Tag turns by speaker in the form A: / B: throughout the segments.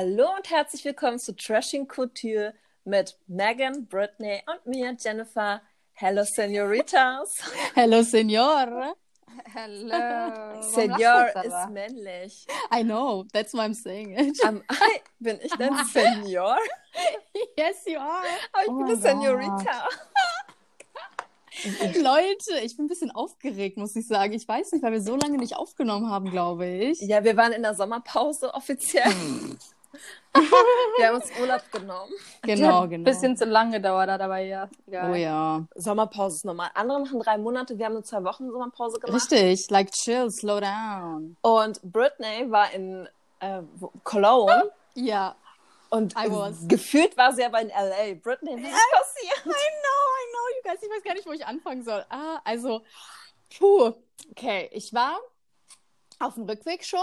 A: Hallo und herzlich willkommen zu Trashing Couture mit Megan, Brittany und mir, Jennifer. Hello, Senoritas.
B: Hello, Senor.
C: Hello. Warum
A: Senor
C: lachst du jetzt
A: ist
C: aber?
A: männlich.
B: I know, that's why I'm saying it.
A: Am Ei bin ich denn Senior?
B: yes, you are.
A: Aber ich
C: Oh
A: bin
C: mein
A: eine Senorita.
B: Leute, ich bin ein bisschen aufgeregt, muss ich sagen. Ich weiß nicht, weil wir so lange nicht aufgenommen haben, glaube ich.
A: Ja, wir waren in der Sommerpause offiziell.
C: Hm.
A: wir haben uns Urlaub genommen.
B: Genau,
C: Hat
B: genau.
C: Bisschen zu lange gedauert hat, aber ja. Egal.
B: oh ja.
A: Sommerpause ist normal. Andere machen drei Monate, wir haben nur zwei Wochen Sommerpause gemacht.
B: Richtig, like chill, slow down.
A: Und Britney war in äh, wo-
C: Ah,
A: Cologne
B: Ja.
A: und
B: I was.
A: gefühlt war sie aber in L.A. Britney, was ist passiert?
B: I know, I know, you guys. Ich weiß gar nicht, wo ich anfangen soll. Ah, also, puh. Okay, ich war auf dem Rückweg schon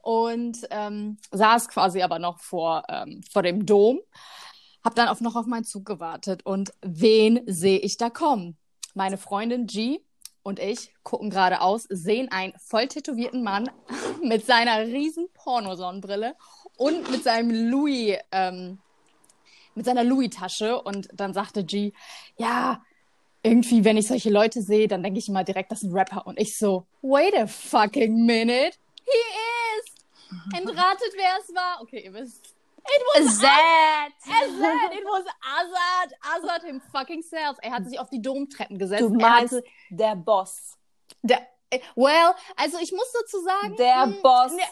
B: und ähm, saß quasi aber noch vor, ähm, vor dem Dom. Hab dann auch noch auf meinen Zug gewartet und wen sehe ich da kommen? Meine Freundin G und ich gucken geradeaus, sehen einen voll tätowierten Mann mit seiner riesen Pornosonnenbrille und mit seinem Louis, ähm, mit seiner Louis-Tasche. Und dann sagte G, ja, irgendwie, wenn ich solche Leute sehe, dann denke ich immer direkt, das ist ein Rapper. Und ich so, wait a fucking minute, he is! Und ratet, wer es war. Okay, ihr wisst.
C: Zed!
B: Azad, it was Azad, Azad him fucking self. Er hat sich auf die Domtreppen gesetzt.
A: Du
B: er
A: meinst
B: hatte,
A: der Boss.
B: der, äh, well, also ich muss sozusagen.
A: Der
B: mh,
A: Boss.
B: ne,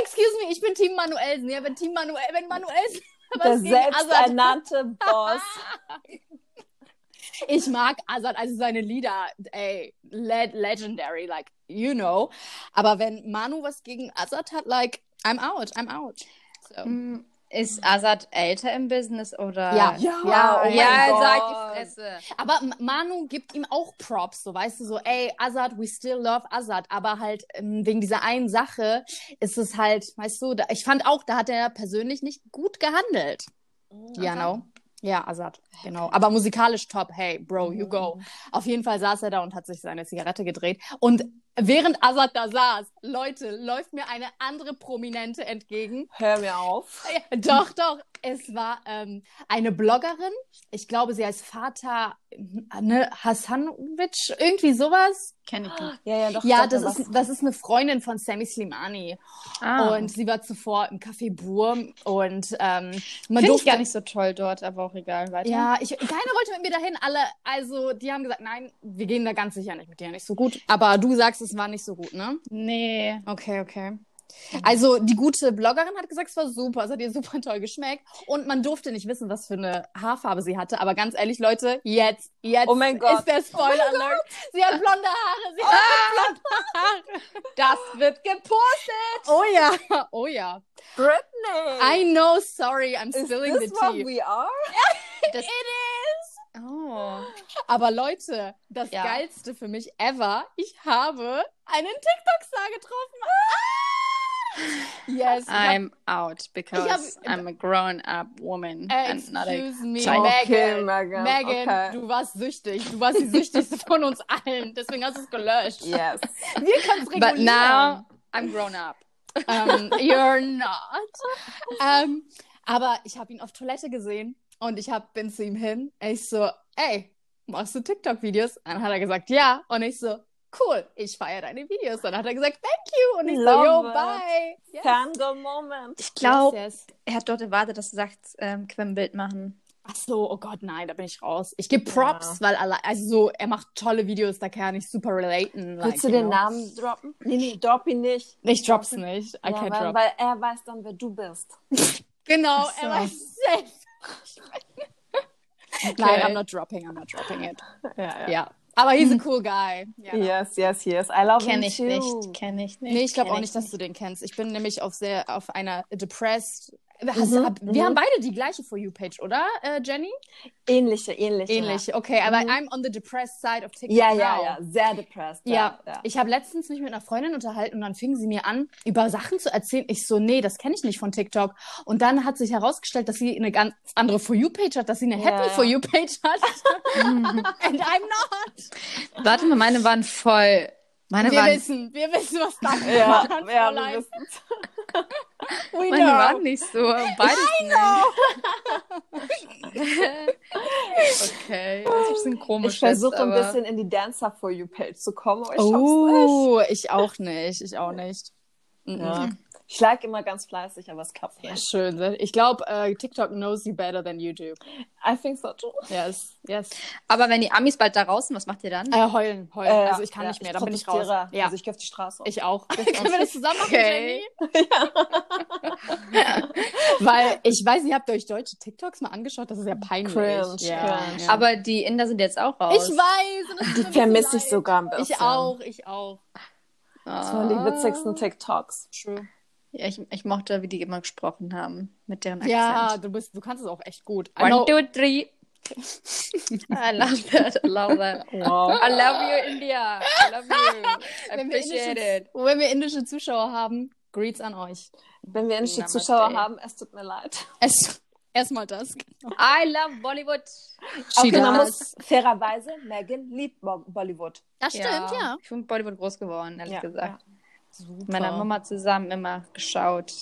B: excuse me, ich bin Team Manuelsen. Ja, wenn Team Manuel, wenn Manuelsen.
A: Der
B: was gegen Azad
A: selbsternannte Boss.
B: ich mag Azad, also seine Lieder, ey, le legendary, like, you know. Aber wenn Manu was gegen Azad hat, like, I'm out, I'm out. So.
C: Hm, Ist Azad älter im Business oder?
B: Ja.
A: Ja,
B: Ja,
A: oh mein
C: ja,
A: Gott.
C: sag die Fresse.
B: Aber M- Manu gibt ihm auch Props, so weißt du, so, ey, Azad, we still love Azad. Aber halt ähm, wegen dieser einen Sache ist es halt, weißt du, da, ich fand auch, da hat er persönlich nicht gut gehandelt. Ja,
C: Azad?
B: genau. Ja, Azad,
A: Ah,
B: genau. Aber musikalisch top. Hey, Bro, you go.
A: Mhm.
B: Auf jeden Fall saß er da und hat sich seine Zigarette gedreht. Und während Azad da saß, Leute, läuft mir eine andere Prominente entgegen.
A: Hör mir auf.
B: Ja, Doch, doch. Es war ähm, eine Bloggerin. Ich glaube, sie heißt Vater ne, Hasanovic, irgendwie sowas.
C: Kenn ich nicht.
A: Ja, ja, doch.
B: ja,
A: sag mir
B: das
A: was.
B: ist, das ist eine Freundin von Sammy Slimani.
C: Ah.
B: Und sie war zuvor im Café Burm. Und ähm, man
C: Finde ich
B: durfte
C: gar nicht so toll dort, aber auch egal. Weiter.
B: ja, ich, keiner wollte mit mir dahin. Alle, also die haben gesagt, nein, wir gehen da ganz sicher nicht mit dir, nicht so gut. Aber du sagst, es war nicht so gut, ne?
C: Nee.
B: Okay, okay. Also die gute Bloggerin hat gesagt, es war super, es hat ihr super toll geschmeckt und man durfte nicht wissen, was für eine Haarfarbe sie hatte. Aber ganz ehrlich, Leute, jetzt, jetzt
A: Oh mein Ah! Gott.
B: ist der Spoiler Alert. Sie hat blonde Haare. Sie hat blonde
C: Das wird gepostet.
B: Haare. Oh ja, oh ja.
A: Britney.
B: I know, sorry, I'm
A: Is
B: spilling the
A: this what
B: tea.
A: we are?
C: Das oh.
B: Aber Leute, das
C: Ja.
B: Geilste für mich ever, ich habe einen TikTok-Star getroffen. Ah! Yes. ich hab-
C: I'm out because
B: Ich hab-
C: I'm a grown up woman
B: äh,
C: and not a
B: excuse me,
C: child.
A: Okay,
B: Megan.
A: Megan,
B: Megan,
A: okay.
B: du warst süchtig. Du warst die süchtigste von uns allen. Deswegen hast du es gelöscht.
A: Yes.
B: Wir können es regulieren.
C: But now I'm grown up.
B: Ähm, you're not. Ähm, aber ich habe ihn auf Toilette gesehen und ich hab, bin zu ihm hin. Ich so, ey, machst du TikTok-Videos? Dann hat er gesagt, ja. Und ich so, cool, ich feiere deine Videos. Dann hat er gesagt, thank you. Und ich
A: Love
B: so, yo,
A: it.
B: bye. Yes,
A: Fangirl Moment.
C: Ich glaube,
B: yes, yes.
C: er hat dort erwartet, dass du sagst, ähm, Quimbild machen.
B: Ach so, oh Gott, nein, da bin ich raus. Ich gebe Props, weil alle, also so, er macht tolle Videos, da kann ich super relaten. like,
A: Willst du
B: you
A: den
B: know.
A: Namen droppen? Nee, nee, drop ihn nicht.
B: Ich drop's nicht. I
A: Ja,
B: can't
A: weil,
B: drop.
A: weil er weiß dann, wer du bist.
B: Genau,
C: Ach so.
B: er war safe. Nein, I'm not dropping, I'm not dropping it. Ja. Aber he's a cool guy. Ja.
A: Yes, yes, yes. I love
C: Kenn
A: him
C: ich
A: too.
C: nicht. Kenn ich nicht.
B: Nee, ich glaube
C: Kenn
B: auch nicht, dass du den kennst. Ich bin nämlich auf sehr auf einer depressed. Hast, hab, wir
A: mhm.
B: haben beide die gleiche For You Page, oder äh, Jenny?
A: Ähnliche, ähnliche.
B: Ähnlich. Okay, aber I'm on the depressed side of TikTok.
A: Ja, ja,
B: now.
A: ja. Sehr depressed.
B: Ja,
A: ja.
B: ich habe letztens mich mit einer Freundin unterhalten und dann fing sie mir an, über Sachen zu erzählen. Ich so, nee, das kenne ich nicht von TikTok. Und dann hat sich herausgestellt, dass sie eine ganz andere For You-Page hat, dass sie eine
A: Ja,
B: Happy
A: ja.
B: For You-Page hat. And I'm not.
C: Warte mal, meine waren voll. Meine
B: Wir
C: waren.
B: wissen, wir wissen, was da
A: Ja,
B: gemacht hat,
A: ja,
B: Fräulein.
A: wir wissen's.
B: We
C: Meine waren nicht so. Beides nicht. okay, das ist ein bisschen komisch.
A: Ich versuche
C: jetzt,
A: ein
C: aber-
A: bisschen in die Dancer for You Page zu kommen, aber ich schaff's nicht.
B: Oh, ich auch nicht. Ich auch nicht. Mhm.
A: Ja. Ich like immer ganz fleißig, aber es klappt
B: Ja,
A: nicht.
B: schön. Ich glaube, äh, TikTok knows you better than you do.
A: I think so too.
B: Yes, yes.
C: Aber wenn die Amis bald da draußen, was macht ihr dann?
B: Äh, heulen, heulen.
A: Äh,
B: also ich kann
A: ja,
B: nicht mehr, dann bin ich raus.
A: protestiere.
B: Ja,
A: Also ich gehe auf die Straße.
B: ich auch. Können wir das zusammen machen,
C: Okay.
B: Jenny? Weil ich weiß, ihr habt euch deutsche TikToks mal angeschaut, das ist ja peinlich.
A: Cringe,
B: ja.
A: cringe.
B: Ja.
C: Aber die Inder sind jetzt auch raus.
B: ich weiß. und das tut mir
A: die
B: ein
A: vermisse
B: bisschen
A: ich
B: leid.
A: sogar ein bisschen.
B: Ich auch, Ah. ich auch.
A: Das waren die witzigsten TikToks.
B: True.
C: Ja, ich, ich mochte, wie die immer gesprochen haben mit deren
B: Ja,
C: Akzent.
B: du, bist, du kannst es auch echt gut. I
C: One,
B: know-
C: two, three. I love that. I love that.
A: Wow.
C: I love you, India. I love you. I
B: wenn, wir
C: appreciate
B: indische,
C: it.
B: wenn wir indische Zuschauer haben, Greets an euch.
A: Wenn wir indische
C: Namaste.
A: Zuschauer haben, es tut mir leid.
B: Es, erstmal das.
C: I love Bollywood.
A: Auch
B: She
A: man
B: does.
A: muss fairerweise, Megan liebt Bo- Bollywood.
B: Das stimmt, ja.
C: Ich bin mit Bollywood groß geworden, ehrlich
A: Ja,
C: gesagt.
B: Super.
C: Mit meiner Mama zusammen immer geschaut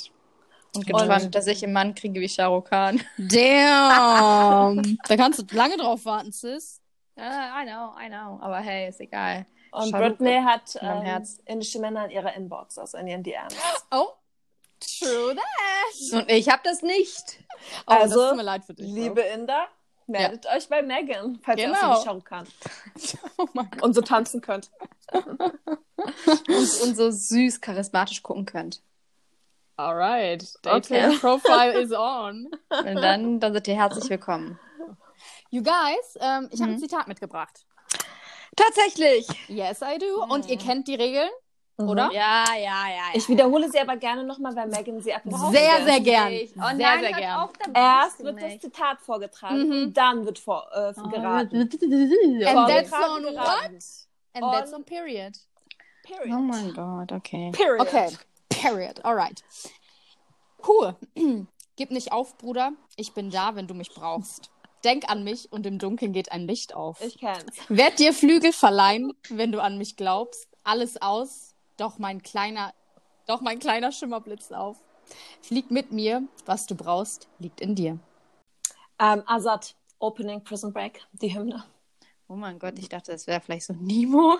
C: und
A: Und-
C: geträumt, dass ich einen Mann kriege wie Shah Rukh Khan.
B: Damn. da kannst du lange drauf warten, Sis.
C: Ah, I know, I know. Aber hey, ist egal.
A: Und
C: Schau,
A: Britney hat
C: meinem
A: ähm,
C: Herz.
A: indische Männer in ihrer Inbox, also in ihren DMs.
B: Oh. True that.
C: Und ich habe das nicht.
B: Oh, also,
A: Also,
B: das tut mir leid für dich.
A: Liebe Inder, meldet euch bei Megan, falls ihr
B: Genau.
A: aus dem kann
B: Bro. Oh mein Gott.
A: und so tanzen könnt.
C: Und, und so süß, charismatisch gucken könnt.
B: Alright.
A: Okay.
B: Dating Profile is on.
C: Und dann, dann seid ihr herzlich willkommen.
B: You guys, ähm, ich habe
C: Mhm.
B: ein Zitat mitgebracht.
C: Tatsächlich.
B: Yes, I do. Und ihr kennt die Regeln, oder?
C: Ja, ja, ja. ja.
A: Ich wiederhole sie aber gerne nochmal, weil Megan sie abgenommen
B: Sehr,
A: will.
B: sehr gern.
C: Nicht. Oh
B: sehr,
C: nein,
B: sehr
C: hört
B: gern.
C: auf, dann
A: Erst
C: weißt du
A: wird das
C: nicht.
A: Zitat vorgetragen
B: Mhm.
A: und dann wird vor, äh, geraten.
B: And
A: Vorgetragen,
B: that's on
A: geraten.
B: And
A: On-
B: that's on period.
C: Oh
A: Period.
C: mein Gott, okay.
A: Period.
B: Okay, period. Alright. Huh. Gib nicht auf, Bruder. Ich bin da, wenn du mich brauchst. Denk an mich und im Dunkeln geht ein Licht auf.
A: Ich kenn's.
B: Werd dir Flügel verleihen, wenn du an mich glaubst. Alles aus, doch mein kleiner, doch mein kleiner Schimmer blitzt auf. Flieg mit mir, was du brauchst, liegt in dir.
A: Ähm, Azad, Opening Prison Break, die Hymne.
C: Oh mein Gott, ich dachte, das wäre vielleicht so Nemo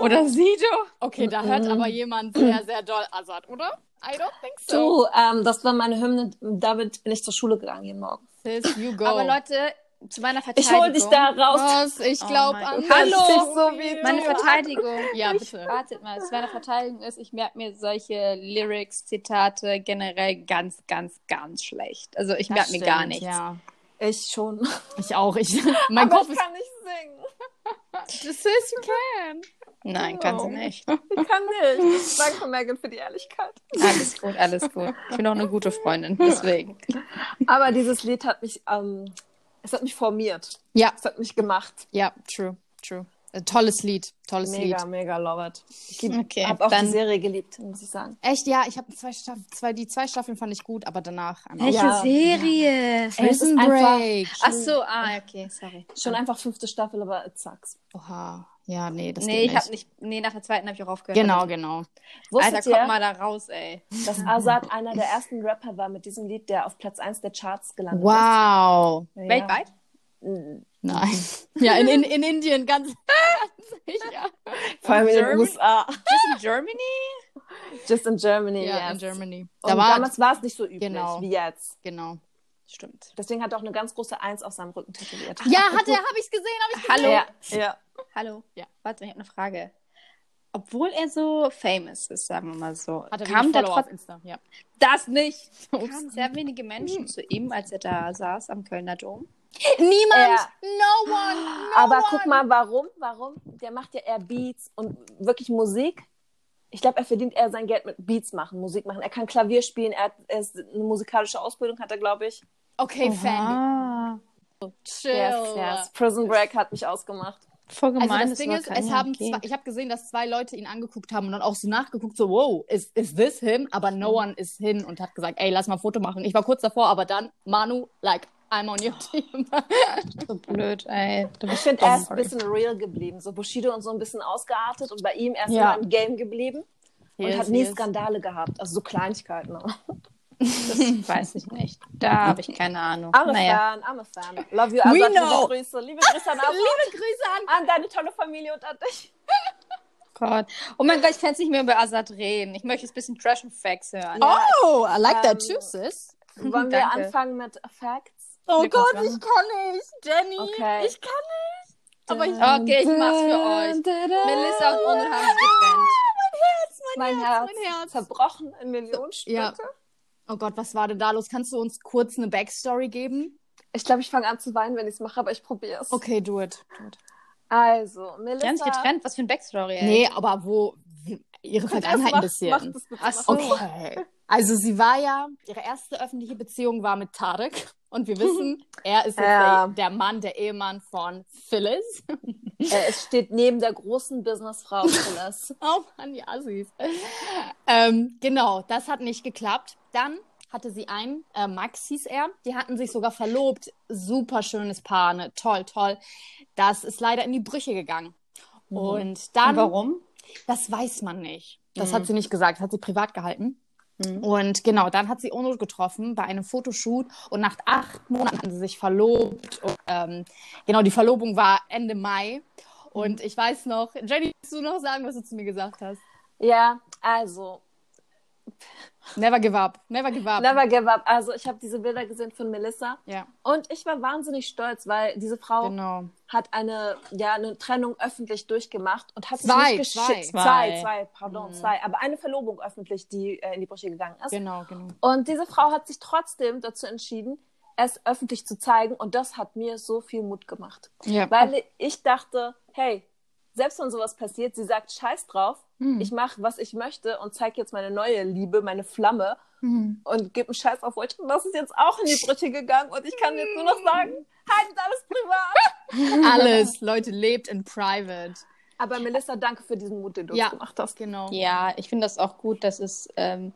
C: oder Sido.
B: Okay, da hört aber jemand sehr, sehr doll Azad, oder? I don't think so.
A: Du, ähm, das war meine Hymne, damit bin ich zur Schule gegangen jeden Morgen.
B: Sis, you go.
C: Aber Leute, zu meiner
A: Ich
C: Verteidigung.
A: hol dich da raus.
B: was, ich
C: Oh
B: glaube
C: mein
B: an
C: Gott.
A: Hallo.
B: das
A: Nicht so
B: Profil.
A: wie
C: Meine Verteidigung.
B: Ja, bitte.
C: Wartet mal, zu meiner Verteidigung ist, ich merke mir solche Lyrics, Zitate generell ganz, ganz, ganz schlecht. Also ich
B: Das
C: merke mir
B: stimmt,
C: gar nichts.
B: Ja.
A: Ich schon.
B: Ich auch. Ich, mein
A: Aber
B: Kopf
A: ich
B: ist.
A: kann nicht singen.
B: Sis, you can.
C: Nein, kannst du nicht.
A: Ich kann nicht. Danke, Megan, für die Ehrlichkeit.
C: Alles gut, alles gut. Ich bin auch eine gute Freundin, deswegen.
A: Aber dieses Lied hat mich, ähm, es hat mich formiert.
B: Ja,
A: Es hat mich gemacht.
B: ja, true, true. Äh, Tolles Lied, tolles
A: Mega,
B: Lied.
A: mega love it. Ich
C: Okay,
A: habe auch
C: dann-
A: die Serie geliebt, muss ich sagen.
B: Echt, ja, ich habe zwei Staffeln, zwei, die zwei Staffeln fand ich gut, aber danach. einmal-
A: Welche Ja.
C: Serie?
B: Prison
A: Es ist einfach-
B: Break.
C: Ach so, ah, okay, sorry.
A: Schon einfach fünfte Staffel, aber it sucks.
B: Oha. Ja, nee, das
C: nee,
B: geht
C: ich habe nicht, nee, nach der zweiten habe ich auch aufgehört.
B: Genau, genau.
C: Alter,
A: Wusstet
C: kommt
A: ihr,
C: mal da raus, ey.
A: dass Azad einer der ersten Rapper war mit diesem Lied, der auf Platz 1 der Charts gelandet
B: Wow.
A: ist? Ja. Mm.
C: Weltweit?
B: Nein. Ja, in, in, in Indien, ganz, ganz sicher.
A: Vor allem in den
C: Germany?
A: USA.
C: Just in Germany?
A: Just in Germany,
B: Ja, Oh,
A: yes.
B: in Germany.
A: Und
B: Da war,
A: damals war es nicht so üblich
B: Genau.
A: wie jetzt.
B: genau.
C: Stimmt.
A: Deswegen hat er auch eine ganz große Eins auf seinem Rücken tätowiert.
B: Ja, hatte, habe ich gesehen, habe ich gesehen.
C: Hallo?
A: Ja, ja.
C: Hallo?
B: Ja.
C: Warte, ich habe eine Frage. Obwohl er so famous ist, sagen wir mal so,
B: Hatte
C: kamen da
B: Follower auf
C: trotzdem
B: Insta, ja.
C: das nicht.
B: Ups.
C: Kamen sehr wenige Menschen zu ihm, als er da saß am Kölner Dom.
B: Niemand!
A: Ja.
B: No one! No
A: Aber
B: one.
A: guck mal, warum? Warum? Der macht ja eher Beats und wirklich Musik. Ich glaube, er verdient eher sein Geld mit Beats machen, Musik machen. Er kann Klavier spielen, er, hat, er ist eine musikalische Ausbildung hat er, glaube ich.
B: Okay, Fan.
C: Ah,
B: Chill.
A: Yes, yes. Prison Break hat mich ausgemacht.
C: voll gemein.
B: Also das
C: dass
B: Ding
C: man
B: ist,
C: keinen
B: es haben
C: kennt.
B: zwei, ich habe gesehen, dass zwei Leute ihn angeguckt haben und dann auch so nachgeguckt, so, wow, is, is this him? Aber no one is hin und hat gesagt, ey, lass mal ein Foto machen. Ich war kurz davor, aber dann, Manu, like, I'm on your team.
C: so blöd, ey. Du
A: Ich
C: bist
A: finde, er ist ein
C: dumm.
A: bisschen real geblieben. So Bushido und so ein bisschen ausgeartet und bei ihm erst
B: Ja.
A: mal im Game geblieben. und
B: Yes,
A: hat nie
B: yes.
A: Skandale gehabt. Also so Kleinigkeiten. auch.
C: Das weiß ich nicht. Da habe ich keine Ahnung.
A: Arme
C: naja.
A: Fan, arme Fan. Love you,
B: We
A: Azad. Liebe
B: know.
A: Grüße. Liebe Grüße an, Azad,
B: Liebe Grüße an.
A: an deine tolle Familie und an dich.
C: Gott. Oh mein Gott, ich kann jetzt nicht mehr über Assad reden. Ich möchte jetzt ein bisschen Trash und Facts hören.
B: Oh, I like that
A: Ähm,
B: too, sis.
A: Wollen wir
C: Danke.
A: anfangen mit Facts?
B: Oh
C: wir kommen
B: Gott,
C: dran.
B: ich kann nicht, Jenny.
A: Okay.
B: Ich kann nicht. Aber ich,
C: Okay, ich mach's für euch. Melissa und Onel haben sich getrennt.
A: mein, Herz,
B: mein Herz.
A: zerbrochen in Millionen Stücke.
B: Ja. oh Gott, was war denn da los? Kannst du uns kurz eine Backstory geben?
A: Ich glaube, ich fange an zu weinen, wenn ich es mache, aber ich probiere es.
B: Okay, do it.
A: Also,
C: Die haben sich
A: Melissa.
C: getrennt. Was für ein Backstory, ey.
B: Nee, aber wo ihre
A: Kannst du
B: Vergangenheit
A: erst
B: halt ein
A: mach-
B: bisschen.
A: mach das bitte
C: Ach
A: mal.
C: so.
B: Okay. Also sie war ja, ihre erste öffentliche Beziehung war mit Tarek. Und wir wissen, er ist jetzt
A: Ja.
B: der, der Mann, der Ehemann von Phyllis.
A: Äh, es steht neben der großen Businessfrau Phyllis.
B: Oh Mann, die Assis. ähm, genau, das hat nicht geklappt. Dann hatte sie einen, äh, Max hieß er, die hatten sich sogar verlobt. Super schönes Paar, ne? toll, toll. Das ist leider in die Brüche gegangen. Und dann,
C: Mhm. Und warum?
B: das weiß man nicht. Das
C: Mhm.
B: hat sie nicht gesagt, hat sie privat gehalten.
C: Mhm.
B: Und genau, dann hat sie Ono getroffen bei einem Fotoshoot und nach acht Monaten hatten sie sich verlobt. Und, ähm, genau, die Verlobung war Ende Mai. Und ich weiß noch, Jenny, willst du noch sagen, was du zu mir gesagt hast?
A: Ja, also,
B: Never give up, never give up.
A: never give up. Also, ich habe diese Bilder gesehen von Melissa
B: Ja,
A: und ich war wahnsinnig stolz, weil diese Frau
B: genau.
A: hat eine, ja, eine Trennung öffentlich durchgemacht und hat
B: Zwei,
A: sich nicht
B: zwei.
A: geschickt. Zwei,
C: Zwei.
A: zwei, pardon,
B: Mhm.
A: zwei. Aber eine Verlobung öffentlich, die äh, in die Brüche gegangen ist.
B: Genau, genau.
A: Und diese Frau hat sich trotzdem dazu entschieden, es öffentlich zu zeigen. Und das hat mir so viel Mut gemacht.
B: Ja.
A: Weil ich dachte, hey, selbst wenn sowas passiert, sie sagt Scheiß drauf,
B: Hm.
A: ich mache, was ich möchte und zeige jetzt meine neue Liebe, meine Flamme und gebe einen Scheiß auf euch. Und das ist jetzt auch in die Brüche gegangen und ich kann jetzt nur noch sagen, haltet alles privat.
B: Alles, Leute, lebt in private.
A: Aber Melissa, danke für diesen Mut, den du
B: Ja.
A: uns gemacht hast.
B: Genau.
C: Ja, ich finde das auch gut, dass es, ähm,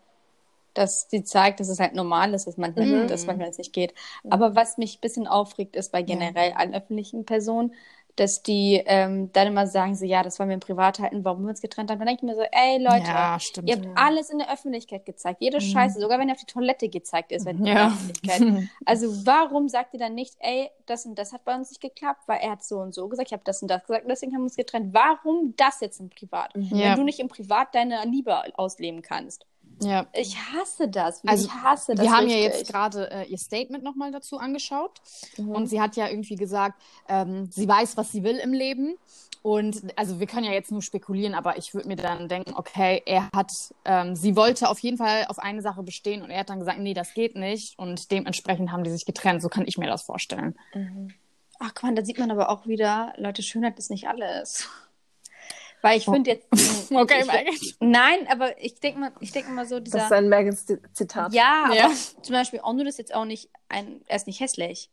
C: dass sie zeigt, dass es halt normal ist, dass manchmal,
B: Mhm.
C: dass manchmal es nicht geht. Aber was mich ein bisschen aufregt, ist bei generell allen öffentlichen Personen, dass die ähm, dann immer sagen, so, ja, das wollen wir im Privat halten, warum wir uns getrennt haben. Dann denke ich mir so, ey Leute,
B: Ja, stimmt.
C: ihr habt alles in der Öffentlichkeit gezeigt, jede Scheiße, sogar wenn ihr auf die Toilette gezeigt ist, wenn ihr in der
B: Ja.
C: Öffentlichkeit. Also warum sagt ihr dann nicht, ey, das und das hat bei uns nicht geklappt, weil er hat so und so gesagt, ich habe das und das gesagt, und deswegen haben wir uns getrennt. Warum das jetzt im Privat?
B: Mhm. Ja.
C: Wenn du nicht im Privat deine Liebe ausleben kannst.
B: Ja.
C: Ich hasse das.
B: Also,
C: ich hasse das.
B: Wir haben ja
C: richtig.
B: jetzt gerade äh, ihr Statement nochmal dazu angeschaut.
C: Mhm.
B: Und sie hat ja irgendwie gesagt, ähm, sie weiß, was sie will im Leben. Und also wir können ja jetzt nur spekulieren, aber ich würde mir dann denken, okay, er hat, ähm, sie wollte auf jeden Fall auf eine Sache bestehen und er hat dann gesagt, nee, das geht nicht. Und dementsprechend haben die sich getrennt. So kann ich mir das vorstellen.
C: Ach, guck mal, da sieht man aber auch wieder, Leute, Schönheit ist nicht alles. Weil ich finde jetzt.
B: Oh. Okay,
C: ich, Nein, aber ich denke mal, ich denke mal so,
A: Das
C: dieser.
A: ist ein Megans Zitat.
C: ja,
B: Ja.
C: aber zum Beispiel Onur ist jetzt auch nicht ein, er ist nicht hässlich.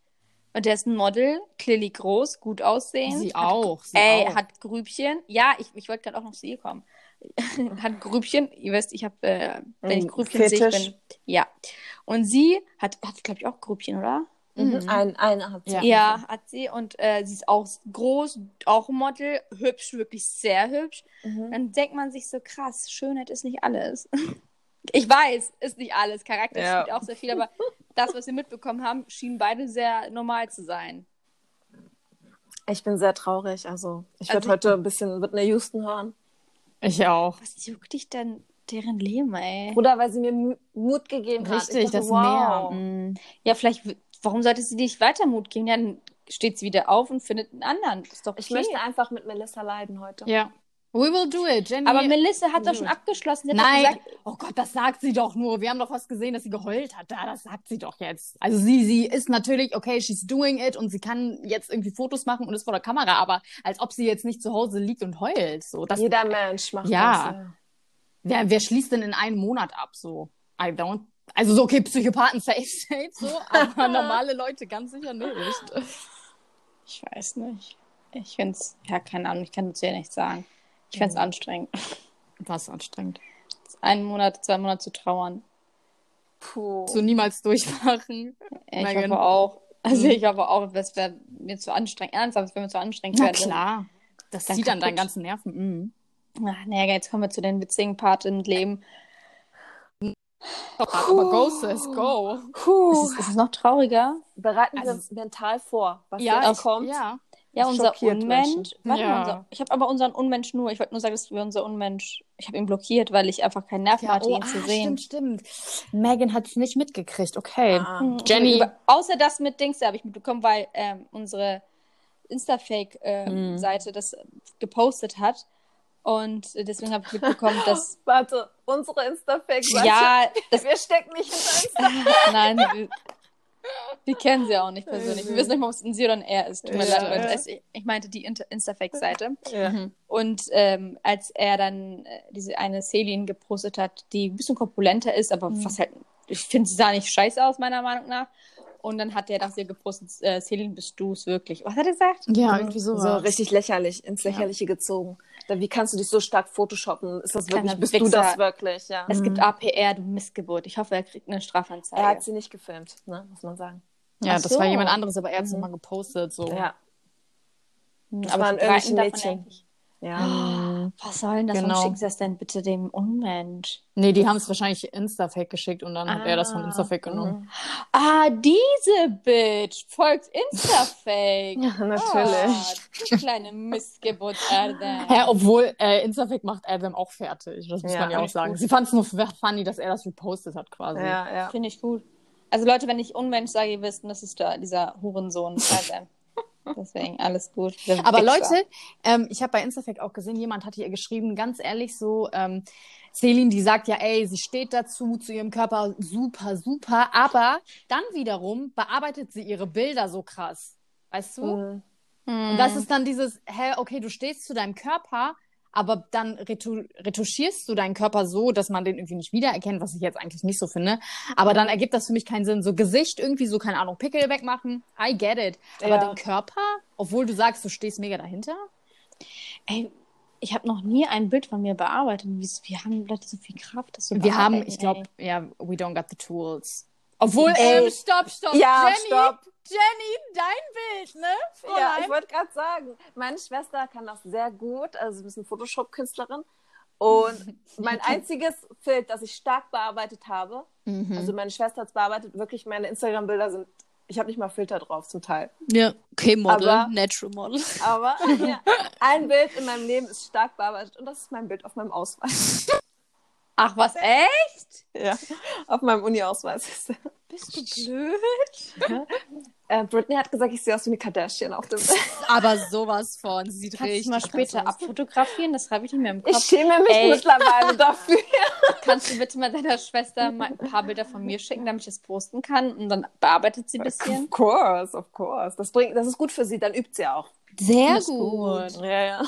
C: Und der ist ein Model, clearly groß, gut aussehend.
B: Sie
C: hat,
B: auch. Sie
C: Ey,
B: auch.
C: hat Grübchen. Ja, ich, ich wollte gerade auch noch zu ihr kommen. hat Grübchen. Ihr wisst, ich habe, äh, wenn ich
A: Ein
C: Grübchen sehe, ich
A: Fetisch.
C: bin. Ja. Und sie hat, hat glaube ich, auch Grübchen, oder?
A: Mhm. Ein, eine hat sie.
B: Ja.
C: Ja, hat sie. Und äh, sie ist auch groß, auch ein Model, hübsch, wirklich sehr hübsch.
A: Mhm.
C: Dann denkt man sich so, krass, Schönheit ist nicht alles. Ich weiß, ist nicht alles. Charakter
A: Ja.
C: spielt auch sehr viel, aber das, was wir mitbekommen haben, schienen beide sehr normal zu sein.
A: Ich bin sehr traurig. Also, ich
C: Also
A: werde
C: ich-
A: heute ein bisschen Whitney Houston hören.
B: Ich auch.
C: Was juckt dich denn deren Leben, ey?
A: Oder weil sie mir Mu- Mut gegeben hat.
B: Richtig,
A: Ich dachte,
B: das
A: wow.
B: Meer. Mhm.
C: Ja, vielleicht, w- warum sollte sie dir nicht weiter Mut geben? Ja, dann steht sie wieder auf und findet einen anderen. Ist doch okay.
A: Ich möchte einfach mit Melissa leiden heute.
B: Ja. We will do it, Jenny.
C: aber Melissa hat doch
B: Gut.
C: schon abgeschlossen. Sie hat doch
B: Nein,
C: gesagt,
B: oh Gott, das sagt sie doch nur. Wir haben doch was gesehen, dass sie geheult hat. Da, das sagt sie doch jetzt. Also sie, sie ist natürlich, okay, she's doing it und sie kann jetzt irgendwie Fotos machen und ist vor der Kamera, aber als ob sie jetzt nicht zu Hause liegt und heult. So, das,
A: Jeder Mensch macht
B: Ja.
A: das.
B: wer, wer schließt denn in einem Monat ab? So, I don't. Also so, okay, Psychopathen safe, safe, so, aber normale Leute ganz sicher nicht.
C: Ich weiß nicht. Ich finde es, ja, keine Ahnung, ich kann es dir nicht sagen. Ich finde es anstrengend.
B: Was anstrengend.
C: Einen Monat, zwei Monate zu trauern.
A: Puh.
B: So niemals durchmachen.
C: Ich
B: Megan.
C: hoffe auch. Also ich hoffe auch, das wäre mir zu anstrengend. Ernsthaft, es wäre mir zu anstrengend.
B: Na
C: werden.
B: klar. Das
C: Dann
B: zieht an
C: kaputt.
B: deinen ganzen Nerven. Mhm.
C: Ach, naja, jetzt kommen wir zu den witzigen Part im Leben.
B: Aber go, sis, go.
C: Ist es, ist es noch trauriger?
A: Bereiten wir
B: Also-
A: uns mental vor, was
B: Ja,
A: jetzt
B: ich,
A: kommt.
B: ja.
C: Ja,
A: Das
C: unser
A: schockiert
C: Unmensch.
A: Menschen.
C: Warte
B: Ja.
C: mal, unser, ich habe aber unseren Unmensch nur. Ich wollte nur sagen, dass wir unser Unmensch. Ich habe ihn blockiert, weil ich einfach keinen Nerv mehr
B: ja
C: hatte,
A: oh,
C: ihn
A: ah,
C: zu sehen.
B: stimmt, stimmt. Megan hat es nicht mitgekriegt, okay.
A: Ah.
C: Mhm,
B: Jenny.
C: Über, außer das mit Dings, da habe ich mitbekommen, weil ähm, unsere
B: Mhm.
C: Insta-Fake-Seite das gepostet hat. Und deswegen habe ich mitbekommen, dass.
A: Warte, unsere Instafake.
C: ja, das
A: Wir stecken nicht in Insta.
C: Nein, wir, wir kennen sie auch nicht persönlich. Wir wissen nicht mal, ob es ein sie oder ein er ist. Tut mir
B: Ja.
C: leid, Leute. Also ich, ich meinte die Inter- Instafake-Seite.
A: Ja.
B: Mhm.
C: Und ähm, als er dann äh, diese eine Celine gepostet hat, die ein bisschen korpulenter ist, aber
B: Mhm.
C: was halt, ich finde, sie sah nicht scheiße aus, meiner Meinung nach. Und dann hat er nach ihr gepostet, äh, Celine, bist du es wirklich? Was hat er gesagt?
B: Ja, irgendwie
A: So
B: sowas.
A: richtig lächerlich, ins Lächerliche gezogen. Da, wie kannst du dich so stark photoshoppen? Ist das
C: Kleiner
A: wirklich, bist du
C: Wichser.
A: das wirklich? Ja. Mhm.
C: Es gibt APR, du Missgeburt. Ich hoffe, er kriegt eine Strafanzeige.
A: Er hat sie nicht gefilmt, ne? muss man sagen.
B: Ja,
C: Ach
B: das
C: so.
B: war jemand anderes, aber er hat es
A: Mhm.
B: nochmal gepostet. So.
A: Ja.
C: Hm,
A: das waren
C: verbreiten
A: irgendwelche
C: darf man
A: Mädchen. Ah.
C: eigentlich- Oh,
A: ja. Mhm.
C: Was soll denn das? Warum
B: Genau.
C: schicken sie das denn bitte dem Unmensch?
B: Nee, die haben es wahrscheinlich Instafake geschickt und dann hat er das von
C: Ah.
B: Instafake genommen.
C: Ah, diese Bitch folgt Instafake.
A: Ja, natürlich.
C: Ah, du kleine Missgeburt, Erde.
B: Hä, obwohl äh, Instafake macht Adam auch fertig. Das muss
A: Ja,
B: man ja auch
A: alles
B: sagen.
C: gut.
B: Sie fand es nur funny, dass er das repostet hat
C: Oh.
B: quasi.
A: Ja, ja.
C: Finde ich gut. Also Leute, wenn ich Unmensch sage, ihr wisst, das ist da dieser Hurensohn. Adam. Deswegen alles gut. Der
B: Aber
C: Wichser.
B: Leute, ähm, ich habe bei Instafact auch gesehen, jemand hatte ihr geschrieben, ganz ehrlich so, ähm, Celine, die sagt ja, ey, sie steht dazu, zu ihrem Körper, super, super, aber dann wiederum bearbeitet sie ihre Bilder so krass. Weißt du?
A: Mhm.
B: Und
C: Hm.
B: das ist dann dieses, hä, okay, du stehst zu deinem Körper, aber dann retu retuschierst du deinen Körper so, dass man den irgendwie nicht wiedererkennt, was ich jetzt eigentlich nicht so finde. Aber dann ergibt das für mich keinen Sinn. So Gesicht irgendwie, so keine Ahnung, Pickel wegmachen, I get it. Aber
A: Ja.
B: den Körper, obwohl du sagst, du stehst mega dahinter.
C: Ey, ich habe noch nie ein Bild von mir bearbeitet. Wie, wir haben Leute so viel Kraft, dass
B: Wir haben, ich glaube, ja, we don't got the tools. Obwohl,
A: Ey.
B: ähm, stopp, stopp,
A: Ja,
B: Jenny,
A: stopp.
B: Jenny, dein Bild, ne?
A: Ja,
C: Oh
B: Fräulein?
A: ich wollte gerade sagen, meine Schwester kann das sehr gut, also sie ist eine Photoshop-Künstlerin. Und mein einziges Bild, das ich stark bearbeitet habe,
B: Mhm.
A: also meine Schwester hat es bearbeitet, wirklich meine Instagram-Bilder sind, ich habe nicht mal Filter drauf zum Teil.
B: ja, okay, Model,
A: Aber-
B: Natural Model.
A: Aber ja, ein Bild in meinem Leben ist stark bearbeitet und das ist mein Bild auf meinem Ausweis.
C: Ach was, ey?
A: Ja, auf meinem Uni-Ausweis.
C: Bist du blöd?
A: Äh, Britney hat gesagt, ich sehe aus wie eine Kardashian auf dem Bild.
B: Aber sowas von, sie sieht
C: Kannst
B: richtig
C: du mal später abfotografieren? Das habe ich nicht mehr im Kopf.
A: Ich schäme mich
C: Ey.
A: mittlerweile dafür.
C: Kannst du bitte mal deiner Schwester mal ein paar Bilder von mir schicken, damit ich das posten kann? Und dann bearbeitet sie ein bisschen.
A: Of course, of course. Das, bringt, das ist gut für sie, dann übt sie auch.
C: Sehr
A: Ja, ja.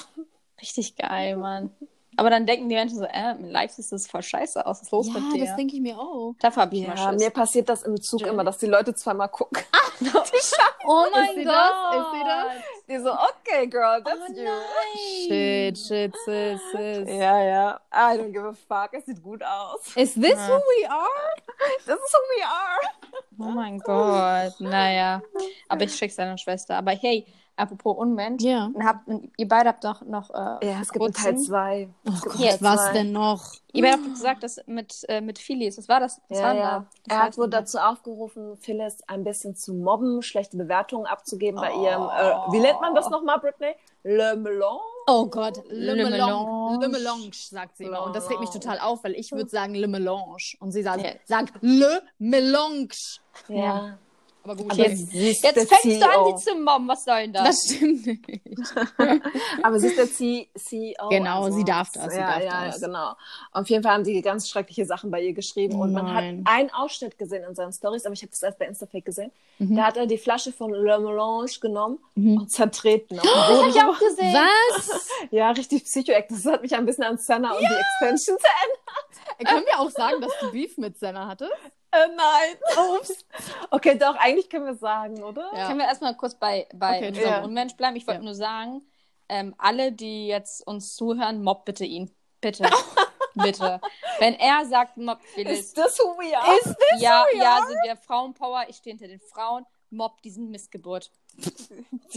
C: Richtig geil, Mann. Aber dann denken die Menschen so, äh, live ist das voll scheiße aus. Was ist los mit
B: Ja,
C: dir?
B: das denke ich mir auch.
C: Dafür habe ich mal
A: Ja,
C: Schiss.
A: mir passiert das im Zug
C: Jenny.
A: immer, dass die Leute zweimal gucken.
C: oh
B: Ist sie das? Ist sie das?
A: Die so, okay, girl, that's you.
B: Shit, shit, sis, sis.
A: Ja, ja. I don't give a fuck. Es sieht gut aus.
B: Is this
C: Ja.
B: who we are?
A: Das ist who we are.
C: Oh mein Gott. Naja. Aber ich schick's deiner Schwester. Aber hey, apropos Unmensch.
B: Ja.
C: Und habt, und ihr beide habt doch noch. Äh,
A: Ja, es gibt einen
C: kurzem-
A: Teil 2.
B: Oh Gott,
C: Jetzt
B: was
A: mal.
B: denn noch?
C: Ihr beide habt doch gesagt, das mit, äh, mit Phillies. Was war das? Was
A: Ja,
C: war
A: ja.
C: da?
A: Er hat wohl dazu aufgerufen, Phyllis ein bisschen zu mobben, schlechte Bewertungen abzugeben bei
C: Oh.
A: ihrem, äh, wie nennt man das nochmal, Britney? Le Melon?
B: Oh Gott, Le
C: Le
B: Melange.
C: Melange.
B: Le Melange, sagt sie immer. Und das regt mich total auf, weil ich würde sagen Le Melange. Und sie sagt,
C: Ja.
B: sagt Le Melange.
A: Ja.
B: Aber gut,
A: Aber
B: okay.
A: jetzt, sie ist
C: Jetzt
A: der E
C: fängst du
A: CEO.
C: an, sie zu mobben. Was soll denn das?
B: das stimmt nicht.
A: Aber sie ist der C CEO.
B: Genau, sie darf das, sie
A: Ja,
B: darf
A: ja,
B: das.
A: ja, genau. Auf jeden Fall haben die ganz schreckliche Sachen bei ihr geschrieben und man hat
B: Nein.
A: einen Ausschnitt gesehen in seinen Stories, aber ich habe das erst bei Instafake gesehen.
B: Mhm.
A: Da hat er die Flasche von Le Melange genommen
B: Mhm.
A: und zertreten. Auf den Boden.
C: ich auch gesehen.
B: Was?
A: Ja, richtig Psychoact. Das hat mich ein bisschen an Senna und die Extensions
B: Können wir auch sagen, dass du Beef mit Senna hattest? Oh
A: Äh, nein. Ups. Okay, doch, eigentlich können wir sagen, oder?
B: Ja.
C: Können wir erstmal kurz bei, bei
B: Okay,
C: unserem
A: ja.
C: Unmensch bleiben? Ich wollte
B: Ja.
C: nur sagen, ähm, alle, die jetzt uns zuhören, mobbt bitte ihn. Bitte. bitte. Wenn er sagt, mobbt Phyllis.
A: Ist das who we are? Ist
C: Ja, ja, sind wir Frauenpower. Ich stehe hinter den Frauen. Mobbt diesen Missgeburt.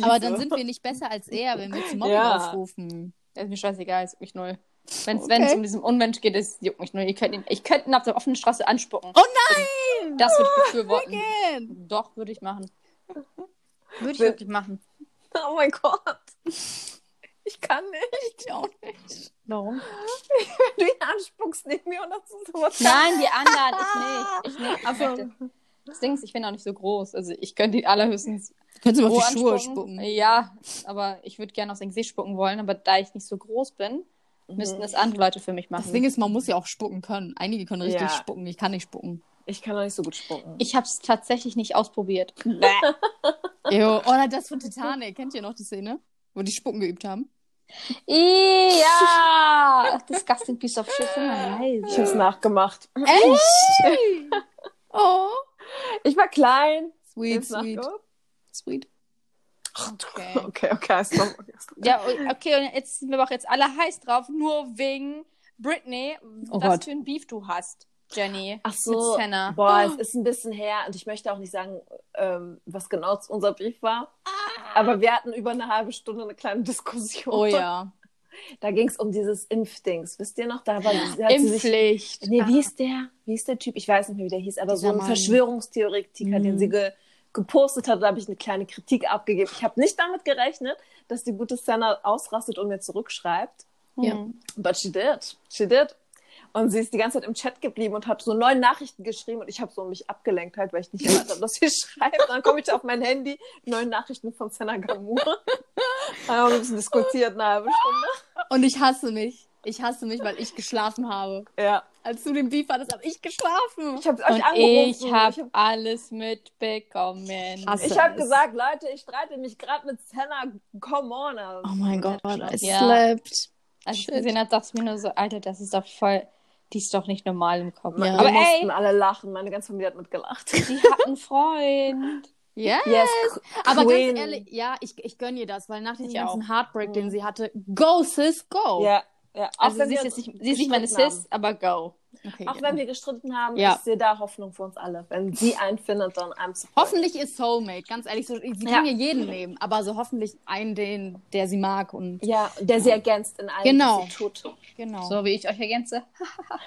B: Aber dann sind wir nicht besser als er, wenn wir zum Mobben
A: Ja.
B: aufrufen.
C: Das ist mir scheißegal, ist mich null. Wenn es okay. um diesen Unmensch geht, das juckt mich nur. Ihr könnt ihn, ich könnte ihn auf der offenen Straße anspucken.
B: Oh nein!
C: Das würde ich befürworten.
B: Megan!
C: Doch, würde ich machen. Würde ich
A: Wür-
C: wirklich machen.
A: Oh mein Gott. Ich kann nicht.
B: Ich auch nicht.
C: Warum?
A: Du ihn anspuckst neben mir und das ist sowas.
C: Nein, die anderen, ich nicht. Ich nicht. Ich möchte- das Ding ist, ich bin auch nicht so groß. Also ich könnte die allerhöchstens
B: Könntest du mal
C: Wo
B: auf die Schuhe
C: anspucken?
B: spucken.
C: Ja, aber ich würde gerne aus dem Gesicht spucken wollen, aber da ich nicht so groß bin,
A: Mhm.
C: müssten es andere Leute für mich machen.
B: Mhm. Das Ding ist, man muss ja auch spucken können. Einige können richtig
A: Ja.
B: spucken. Ich kann nicht spucken.
A: Ich kann doch nicht so gut spucken.
C: ich habe es tatsächlich nicht ausprobiert.
B: Jo. Oder das von Titanic. Kennt ihr noch die Szene? Wo die Spucken geübt haben?
C: Ih, ja! Disgusting piece of shit. Immer
A: Ich
C: leise.
A: hab's nachgemacht.
B: Echt? oh.
A: Ich war klein.
B: Sweet,
A: Hab's
B: sweet,
A: nachgemacht.
B: sweet. Okay.
A: Okay, okay, alles klar.
C: Ja, okay, und jetzt sind wir auch jetzt alle heiß drauf, nur wegen Britney,
B: Oh
C: was
B: Gott.
C: für ein Beef du hast, Jenny.
A: Ach so.
C: Mit Senna.
A: Boah,
B: Oh.
A: es ist ein bisschen her und ich möchte auch nicht sagen, ähm, was genau unser Brief war. Aber wir hatten über eine halbe Stunde eine kleine Diskussion.
B: Oh ja.
A: Da ging es um dieses Impfdings. Wisst ihr noch? Da war da hat sie sich,
C: Impfpflicht.
A: Nee, wie hieß der? Wie hieß der Typ? Ich weiß nicht mehr, wie der hieß, aber
B: Ah. Dieser
A: so ein
B: Mann.
A: Verschwörungstheoretiker,
B: Mhm.
A: den sie ge gepostet hat, da habe ich eine kleine Kritik abgegeben. Ich habe nicht damit gerechnet, dass die gute Senna ausrastet und mir zurückschreibt.
B: Ja.
C: Hm.
A: But she did. She did. Und sie ist die ganze Zeit im Chat geblieben und hat so neun Nachrichten geschrieben und ich habe so mich abgelenkt halt, weil ich nicht erwartet habe, dass sie schreibt. Und dann komme ich auf mein Handy, neun Nachrichten von Senna Gamur. Dann haben wir ein bisschen diskutiert, eine halbe Stunde.
B: Und ich hasse mich. Ich hasse mich, weil ich geschlafen habe.
A: Ja.
B: Als du den Beef hattest, habe ich geschlafen.
A: Ich habe euch
C: Und
A: angerufen.
C: ich habe alles mitbekommen.
B: Hast
A: Ich
B: Scheiße.
A: habe gesagt, Leute, ich streite mich gerade mit Senna. Come on. also.
B: Oh mein Gott,
A: I
B: slept.
C: Als ich
B: Shit.
C: gesehen habe, dachte ich mir nur so, Alter, das ist doch voll, die ist doch nicht normal im Kopf.
B: Ja.
A: Wir
C: Aber
A: mussten
C: ey,
A: alle lachen. Meine ganze Familie hat mitgelacht.
C: die hat einen Freund.
B: Ja,
A: Yes,
B: aber
A: Queen.
B: ganz ehrlich, ja, ich, ich gönne ihr das, weil nach diesem
C: Ich
B: ganzen Heartbreak, den sie hatte, go, sis, go.
A: Ja, ja. Auch
C: Also
A: wenn
C: sie
A: wir
C: ist, jetzt
A: uns
C: nicht, sie ist nicht meine
A: gestritten
C: Sis, aber go.
B: Okay,
A: haben. Auch
B: ja.
A: wenn wir gestritten haben,
B: Ja.
A: ich sehe da Hoffnung für uns alle. Wenn sie einen findet, dann I'm supportive.
B: Hoffentlich ist Soulmate, ganz ehrlich, so, sie
A: Ja.
B: kann ja jeden nehmen, aber so hoffentlich einen, den, der sie mag und
A: Ja, der sie ergänzt in allem,
B: Genau.
A: was sie tut.
B: genau.
C: So wie ich euch ergänze.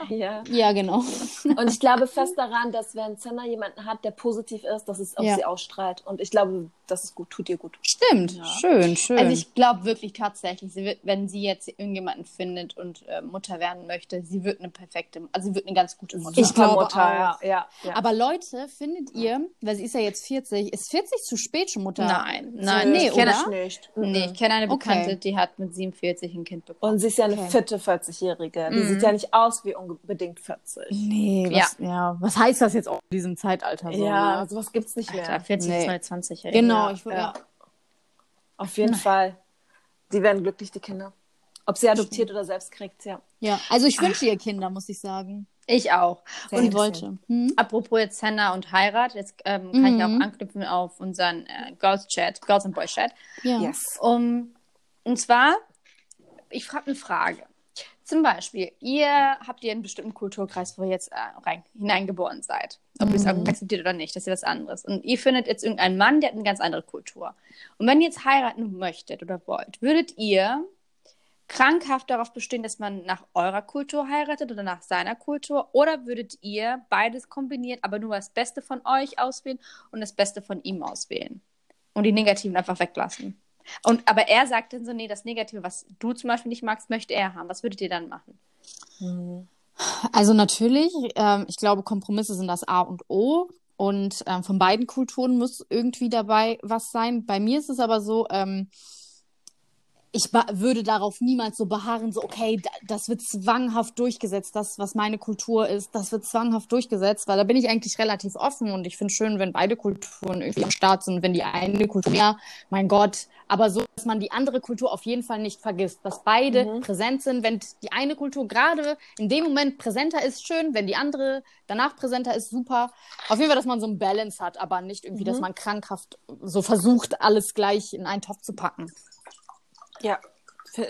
A: Ja.
B: Ja, genau.
A: Und ich glaube fest daran, dass wenn Senna jemanden hat, der positiv ist, dass es auf
B: Ja.
A: sie ausstrahlt. Und ich glaube, das ist gut, tut ihr gut.
B: Stimmt. Schön, schön.
C: Also ich glaube wirklich tatsächlich, sie wird, wenn sie jetzt irgendjemanden findet und äh, Mutter werden möchte, sie wird eine perfekte, also sie wird eine ganz gute Mutter.
B: Ich glaube
A: Mutter, ja,
B: auch.
A: ja, ja.
B: aber Leute, findet ihr, weil sie ist ja jetzt 40, ist 40 zu spät schon Mutter?
C: nein, nein,
B: Nee,
C: ich kenne,
B: oder?
A: nicht.
C: nee, ich kenne eine
B: Okay.
C: Bekannte, die hat mit 47 ein Kind bekommen.
A: Und sie ist ja eine
B: Okay.
A: fitte 40-Jährige. Die
C: Mhm.
A: sieht ja nicht aus wie unbedingt 40.
B: Nee, was, ja. Was heißt das jetzt auch in diesem Zeitalter so?
A: Ja,
B: ne?
A: sowas gibt's nicht mehr.
C: Alter, 40
B: Nee.
C: bis 29, ey.
B: Genau,
A: Ja,
B: ich würde
A: ja. Auf jeden Fall. Die werden glücklich, die Kinder. Ob sie adoptiert oder selbst kriegt, ja.
B: Ja, also ich wünsche ihr Kinder, muss ich sagen.
C: Ich auch.
A: Ah. Sehr
B: und
A: interessant.
B: wollte. Hm?
C: Apropos jetzt Henna und Heirat, jetzt ähm, kann ich
B: Mhm.
C: auch anknüpfen auf unseren äh, Girls Chat, Girls and Boys Chat.
B: Ja.
A: Yes.
C: Um, und zwar, ich frage eine Frage. Zum Beispiel, ihr habt ihr einen bestimmten Kulturkreis, wo ihr jetzt äh, rein, hineingeboren seid. Ob ihr es
B: Mhm.
C: akzeptiert oder nicht, das ist ja was anderes. Und ihr findet jetzt irgendeinen Mann, der hat eine ganz andere Kultur. Und wenn ihr jetzt heiraten möchtet oder wollt, würdet ihr krankhaft darauf bestehen, dass man nach eurer Kultur heiratet oder nach seiner Kultur? Oder würdet ihr beides kombinieren, aber nur das Beste von euch auswählen und das Beste von ihm auswählen? Und die Negativen einfach weglassen. Und, aber er sagt dann so, nee, das Negative, was du zum Beispiel nicht magst, möchte er haben. Was würdet ihr dann machen?
B: Also natürlich, ähm, ich glaube, Kompromisse sind das A und O. Und ähm, von beiden Kulturen muss irgendwie dabei was sein. Bei mir ist es aber so, ähm, ich ba- würde darauf niemals so beharren, so, okay, da, das wird zwanghaft durchgesetzt, das, was meine Kultur ist, das wird zwanghaft durchgesetzt, weil da bin ich eigentlich relativ offen und ich finde es schön, wenn beide Kulturen irgendwie am Start sind, wenn die eine Kultur mehr, mein Gott, aber so, dass man die andere Kultur auf jeden Fall nicht vergisst, dass beide
A: Mhm.
B: präsent sind, wenn die eine Kultur gerade in dem Moment präsenter ist, schön, wenn die andere danach präsenter ist, super. Auf jeden Fall, dass man so ein Balance hat, aber nicht irgendwie, dass man krankhaft so versucht, alles gleich in einen Topf zu packen.
A: Ja.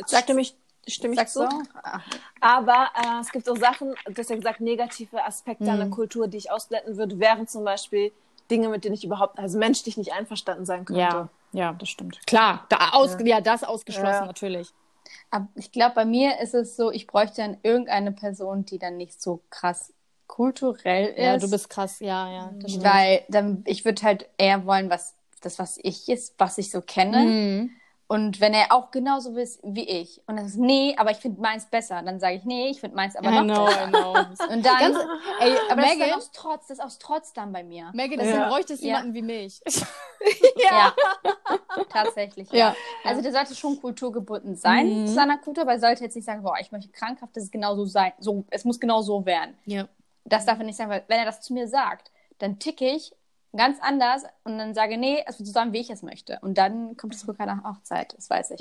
A: Stimme ich, stimme ich
C: Sagst du?
A: zu.
C: auch?
A: Aber äh, es gibt auch Sachen, du hast ja gesagt, negative Aspekte
C: Mhm.
A: an der Kultur, die ich ausblenden würde, wären zum Beispiel Dinge, mit denen ich überhaupt, also
B: Also,
A: menschlich nicht einverstanden sein könnte.
B: ja, das stimmt. Klar, da aus, ja. das ausgeschlossen
A: Ja.
B: natürlich.
C: Aber ich glaube, bei mir ist es so, ich bräuchte dann irgendeine Person, die dann nicht so krass kulturell ist.
B: Ja, du bist krass, ja, ja. Das stimmt.
C: Weil dann, ich würde halt eher wollen, was das, was ich ist, was ich so kenne.
B: Mhm.
C: Und wenn er auch genauso ist wie ich und das ist, nee, aber ich finde meins besser, dann sage ich, nee, ich finde meins aber
B: I
C: noch
B: know, I
C: besser.
B: know.
C: Und dann,
B: Ganz- Ey,
C: aber das ist dann
B: Megan-
C: aus Trotz, das ist aus Trotz dann bei mir.
B: Megan, deswegen
A: Ja.
B: bräuchte es
C: Ja.
B: jemanden wie mich.
C: Ja. Tatsächlich. Ja.
B: Ja.
C: Also der sollte schon kulturgebunden sein
B: Mhm.
C: zu seiner Kultur, aber er sollte jetzt nicht sagen, boah, ich möchte krankhaft, dass es genau so sein, so, es muss genau so werden.
B: ja.
C: Das darf er nicht sagen, weil wenn er das zu mir sagt, dann ticke ich ganz anders und dann sage, nee, es wird so sein, wie ich es möchte. Und dann kommt es rückkehr nach Hochzeit, das weiß ich.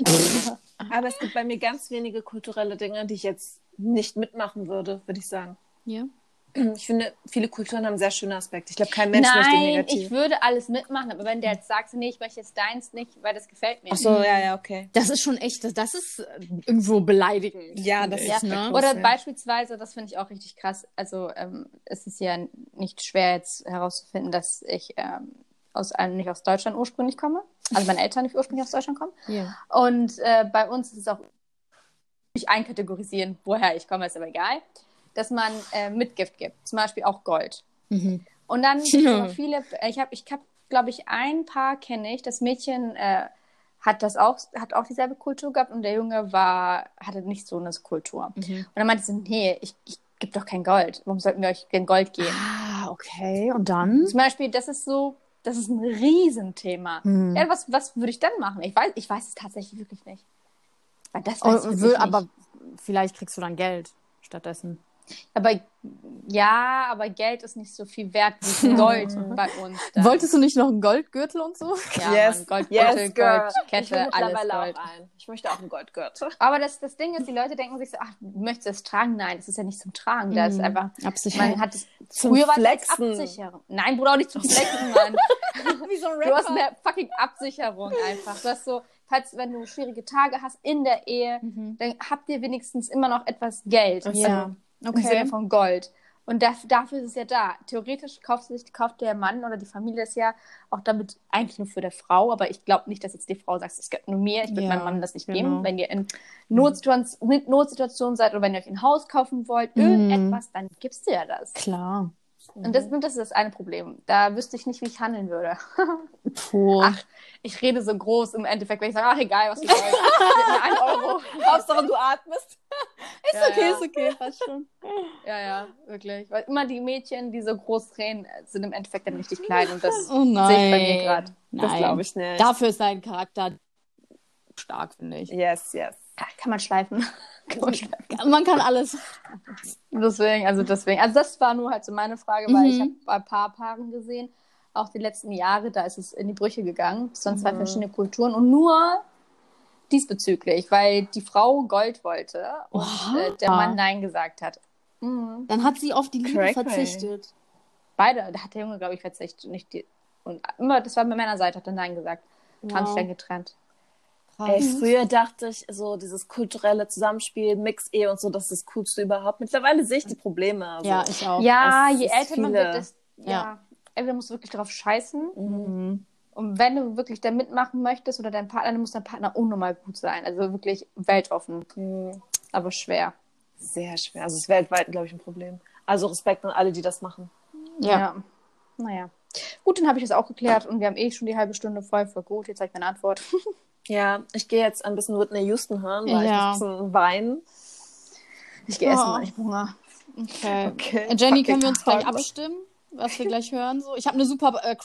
A: Aber es gibt bei mir ganz wenige kulturelle Dinge, die ich jetzt nicht mitmachen würde, würde ich sagen.
B: ja.
A: Ich finde, viele Kulturen haben sehr schöne Aspekte. Ich glaube, kein Mensch möchte
C: Nein, ich
A: negativ.
C: würde alles mitmachen, aber wenn der jetzt sagt, nee, ich möchte jetzt deins nicht, weil das gefällt mir
A: Ach
C: nicht.
A: so, ja, ja, okay.
B: Das ist schon echt, das, das ist äh, irgendwo beleidigend.
A: Ja,
B: finde
A: das
B: ich,
A: ist
B: ne?
A: respektlos.
C: Oder
A: Ja.
C: beispielsweise, das finde ich auch richtig krass, also ähm, es ist ja nicht schwer jetzt herauszufinden, dass ich ähm, aus einem nicht aus Deutschland ursprünglich komme. Also meine Eltern nicht ursprünglich aus Deutschland kommen.
B: Ja.
C: Und äh, bei uns ist es auch nicht einkategorisieren, woher ich komme, ist aber egal, dass man äh, Mitgift gibt, zum Beispiel auch Gold.
B: Mhm.
C: Und dann gibt es
B: Ja.
C: aber viele, äh, ich habe, ich hab, glaube ich, ein Paar kenne ich, das Mädchen äh, hat das auch, hat auch dieselbe Kultur gehabt und der Junge war, hatte nicht so eine Kultur.
B: Mhm.
C: Und dann meinte sie, nee, ich, ich gebe doch kein Gold. Warum sollten wir euch denn Gold geben?
B: Ah, okay. Und dann?
C: Zum Beispiel, das ist so, das ist ein Riesenthema.
A: Mhm.
B: Hm.
C: Ja, was, was würde ich dann machen? Ich weiß, ich weiß es tatsächlich wirklich nicht. Weil das
B: Oh,
C: weiß ich
B: will,
C: wirklich
B: aber
C: nicht.
B: vielleicht kriegst du dann Geld stattdessen.
C: aber ja, aber Geld ist nicht so viel wert wie Gold bei uns. dann.
B: Wolltest du nicht noch einen Goldgürtel und so?
C: ja,
A: Yes,
C: Mann, Goldgürtel,
A: yes, girl. ich will
C: Goldkette, alles
A: mittlerweile
C: Gold.
A: auch ein. Ich möchte auch einen Goldgürtel.
C: Aber das, das Ding ist, die Leute denken sich so, ach, möchtest du das tragen? Nein, das ist ja nicht zum Tragen. Das ist
B: Mhm.
C: einfach,
B: Absicherung.
C: man hat es
A: Zum
C: früher war das
A: Flexen.
C: Absicherung. Nein, Bruder, auch nicht zum Flexen, Mann.
B: Wie so ein
C: Du hast eine fucking Absicherung einfach. Du hast so, falls wenn du schwierige Tage hast in der Ehe,
B: Mhm.
C: dann habt ihr wenigstens immer noch etwas Geld. Also
A: Ach so.
B: Ja.
C: Im Sinne
B: Okay.
C: von Gold. Und das, dafür ist es ja da. Theoretisch kauft, sich, kauft der Mann oder die Familie es ja auch damit eigentlich nur für der Frau, aber ich glaube nicht, dass jetzt die Frau sagt, es gibt nur mir, ich würde
B: Ja,
C: meinem Mann das nicht
B: genau.
C: geben. Wenn ihr in Notsituations- mit Notsituationen seid oder wenn ihr euch ein Haus kaufen wollt,
B: Mhm. Mhm.
C: irgendetwas, dann gibst du ja das.
B: Klar.
C: Und das, und das ist das eine Problem. Da wüsste ich nicht, wie ich handeln würde.
B: Puh.
C: Ach, ich rede so groß im Endeffekt, wenn ich sage, ach egal, was du sollst. Gib mir einen Euro.
A: Hauptsache, du atmest.
C: Ist
B: okay, ist okay, passt schon.
C: Ja, ja, wirklich. Weil immer die Mädchen, die so groß reden, sind im Endeffekt dann richtig klein und das
B: Oh nein.
C: sehe ich bei mir gerade.
B: Nein.
A: Das glaube ich nicht.
B: Dafür ist dein Charakter stark, finde ich.
A: Yes, yes.
C: Ah, Kann man schleifen. Kann man schleifen.
B: Man kann alles.
C: Deswegen, also deswegen. Also das war nur halt so meine Frage, weil
B: Mhm.
C: ich habe bei ein paar Paaren gesehen, auch die letzten Jahre, da ist es in die Brüche gegangen. Das waren zwei
A: Mhm.
C: verschiedene Kulturen und nur diesbezüglich, weil die Frau Gold wollte und
B: Oha.
C: äh, der Mann Nein gesagt hat. Mhm.
B: Dann hat sie auf die Liebe
A: Cray, cray.
B: verzichtet.
C: Beide, da hat der Junge, glaube ich, verzichtet. Nicht die, und immer, das war bei meiner Seite, hat er Nein gesagt. Haben sich dann getrennt.
A: Ey,
B: Mhm.
A: früher dachte ich, so dieses kulturelle Zusammenspiel, Mix-Ehe und so, das ist das Coolste überhaupt. Mittlerweile sehe ich die Probleme. Also.
B: Ja, ich auch.
C: Ja,
A: es
C: je
A: ist
C: älter man
A: viele.
C: wird, desto, ja.
B: Ja.
C: entweder musst du wirklich drauf scheißen.
A: Mhm.
B: Mhm.
C: Und wenn du wirklich da mitmachen möchtest oder dein Partner, dann muss dein Partner unnormal gut sein. Also wirklich weltoffen,
A: Mhm.
C: aber schwer.
A: Sehr schwer. Also es ist weltweit, glaube ich, ein Problem. Also Respekt an alle, die das machen.
B: Ja.
C: Naja. Gut, dann habe ich das auch geklärt und wir haben eh schon die halbe Stunde voll. Voll gut, jetzt habe ich meine Antwort.
A: Ja, ich gehe jetzt ein bisschen Whitney Houston hören, weil
B: Ja.
A: ich muss ein bisschen weinen.
C: Ich gehe
B: Ja.
C: essen, weil ich hab Hunger.
B: Okay.
A: Okay.
B: Äh, Jenny,
A: Fucking
B: können wir uns gleich
A: hard.
B: abstimmen, was wir gleich hören? So, ich habe eine super. Äh,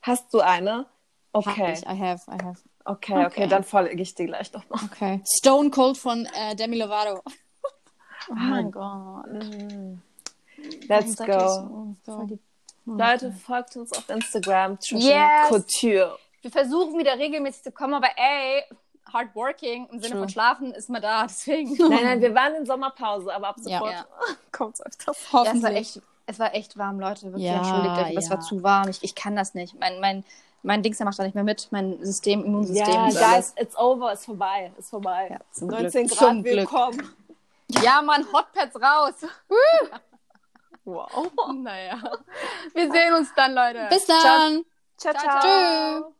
A: Hast du eine?
B: hab
A: Okay,
B: ich. I have, I have.
A: okay, okay,
B: Okay.
A: dann folge ich dir gleich nochmal.
B: Okay. Stone Cold von äh, Demi Lovato.
C: Oh mein Gott.
B: Mhm.
A: Let's
C: Warum seid ihr
A: go.
C: so- voll die-
A: Leute, folgt uns auf Instagram, Trashy
C: Yes.
A: Couture.
C: Wir versuchen wieder regelmäßig zu kommen, aber ey, hard working im Sinne
B: True.
C: von schlafen ist mal da, deswegen.
A: Nein, nein, wir waren in Sommerpause, aber ab sofort
C: Ja.
A: kommt's öfters.
C: Ja, es war
B: Hoffentlich.
C: echt, es war echt warm, Leute. Wirklich
B: Ja,
C: entschuldigt euch, aber es
B: ja.
C: war zu warm. Ich, ich kann das nicht. Mein, mein, mein Dings, der macht da nicht mehr mit. Mein System, Immunsystem.
A: Ja,
C: und alles.
A: guys, it's over, ist vorbei, ist vorbei.
C: Ja, zum Glück.
A: 19 Grad,
B: Zum Glück.
A: willkommen.
C: ja, Mann, Hotpads raus.
A: Wow.
C: naja. Wir sehen uns dann, Leute.
B: Bis dann.
A: Ciao, ciao.
C: Ciao, ciao.